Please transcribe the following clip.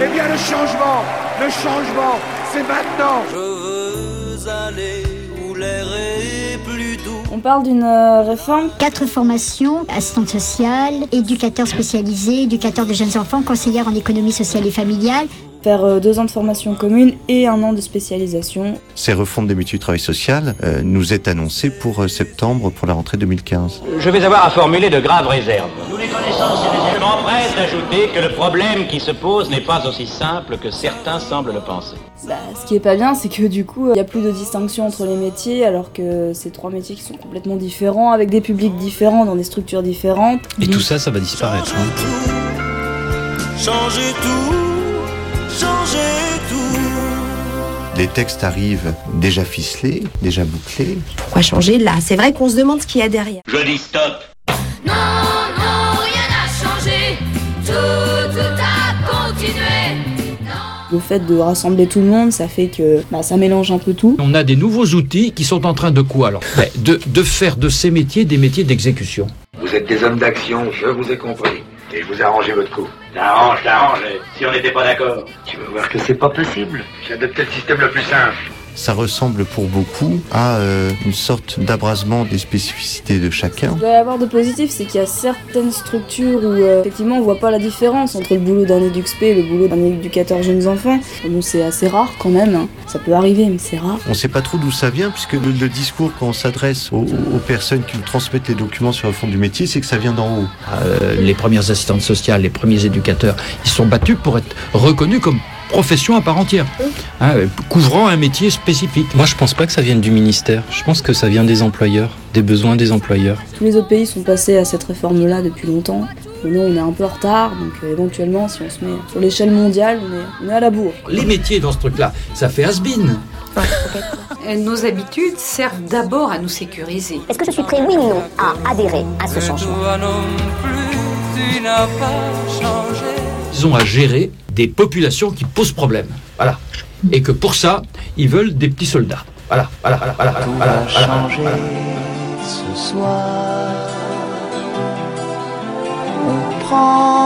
Eh bien, le changement, le changement, c'est maintenant. Je veux aller où l'air est plus doux. On parle d'une euh, réforme Quatre formations, assistante sociale, éducateur spécialisé, éducateur de jeunes enfants, conseillère en économie sociale et familiale. faire euh, deux ans de formation commune et un an de spécialisation. Ces refontes des métiers du travail social euh, nous est annoncée pour euh, septembre, pour la rentrée 2015. Je vais avoir à formuler de graves réserves. Nous les connaissons, ces réserves. Je m'empresse d'ajouter que le problème qui se pose n'est pas aussi simple que certains semblent le penser. Bah, ce qui est pas bien, c'est que du coup, il n'y a plus de distinction entre les métiers, alors que c'est trois métiers qui sont complètement différents, avec des publics différents, dans des structures différentes. Et tout ça, ça va disparaître. hein. Changer tout, changer tout. Les textes arrivent déjà ficelés, déjà bouclés. Pourquoi changer là C'est vrai qu'on se demande ce qu'il y a derrière. Je dis stop. Non, non, rien n'a changé. Tout, tout a continué. Le fait de rassembler tout le monde, ça fait que bah, ça mélange un peu tout. On a des nouveaux outils qui sont en train de quoi alors Ben, de, de faire de ces métiers des métiers d'exécution. Vous êtes des hommes d'action, je vous ai compris. Et vous arrangez votre coup. T'arranges, t'arranges, si on n'était pas d'accord. Tu vas voir que c'est pas possible. J'ai adopté le système le plus simple. Ça ressemble pour beaucoup à euh, une sorte d'abrasement des spécificités de chacun. Ce qu'il doit y avoir de positif, c'est qu'il y a certaines structures où euh, effectivement on voit pas la différence entre le boulot d'un EduxP et le boulot d'un éducateur jeunes enfants. Bon, c'est assez rare quand même, hein. ça peut arriver, mais c'est rare. On ne sait pas trop d'où ça vient, puisque le, le discours quand on s'adresse aux, aux personnes qui nous transmettent les documents sur le fond du métier, c'est que ça vient d'en haut. Euh, les premières assistantes sociales, les premiers éducateurs, ils se sont battus pour être reconnus comme profession à part entière, hein, euh, couvrant un métier spécifique. Moi, je pense pas que ça vienne du ministère. Je pense que ça vient des employeurs, des besoins des employeurs. Tous les autres pays sont passés à cette réforme-là depuis longtemps. Mais nous, on est un peu en retard, donc euh, éventuellement, si on se met sur l'échelle mondiale, on est, on est à la bourre. Les métiers dans ce truc-là, ça fait has-been. Nos habitudes servent d'abord à nous sécuriser. Est-ce que je suis prêt, oui ou non, à adhérer à ce Et toi non plus, tu n'as pas changé. Ils ont à gérer des populations qui posent problème. Voilà. Et que pour ça, ils veulent des petits soldats. Voilà, voilà, voilà, voilà, voilà, Tout voilà, va voilà, changer voilà. ce soir. On prend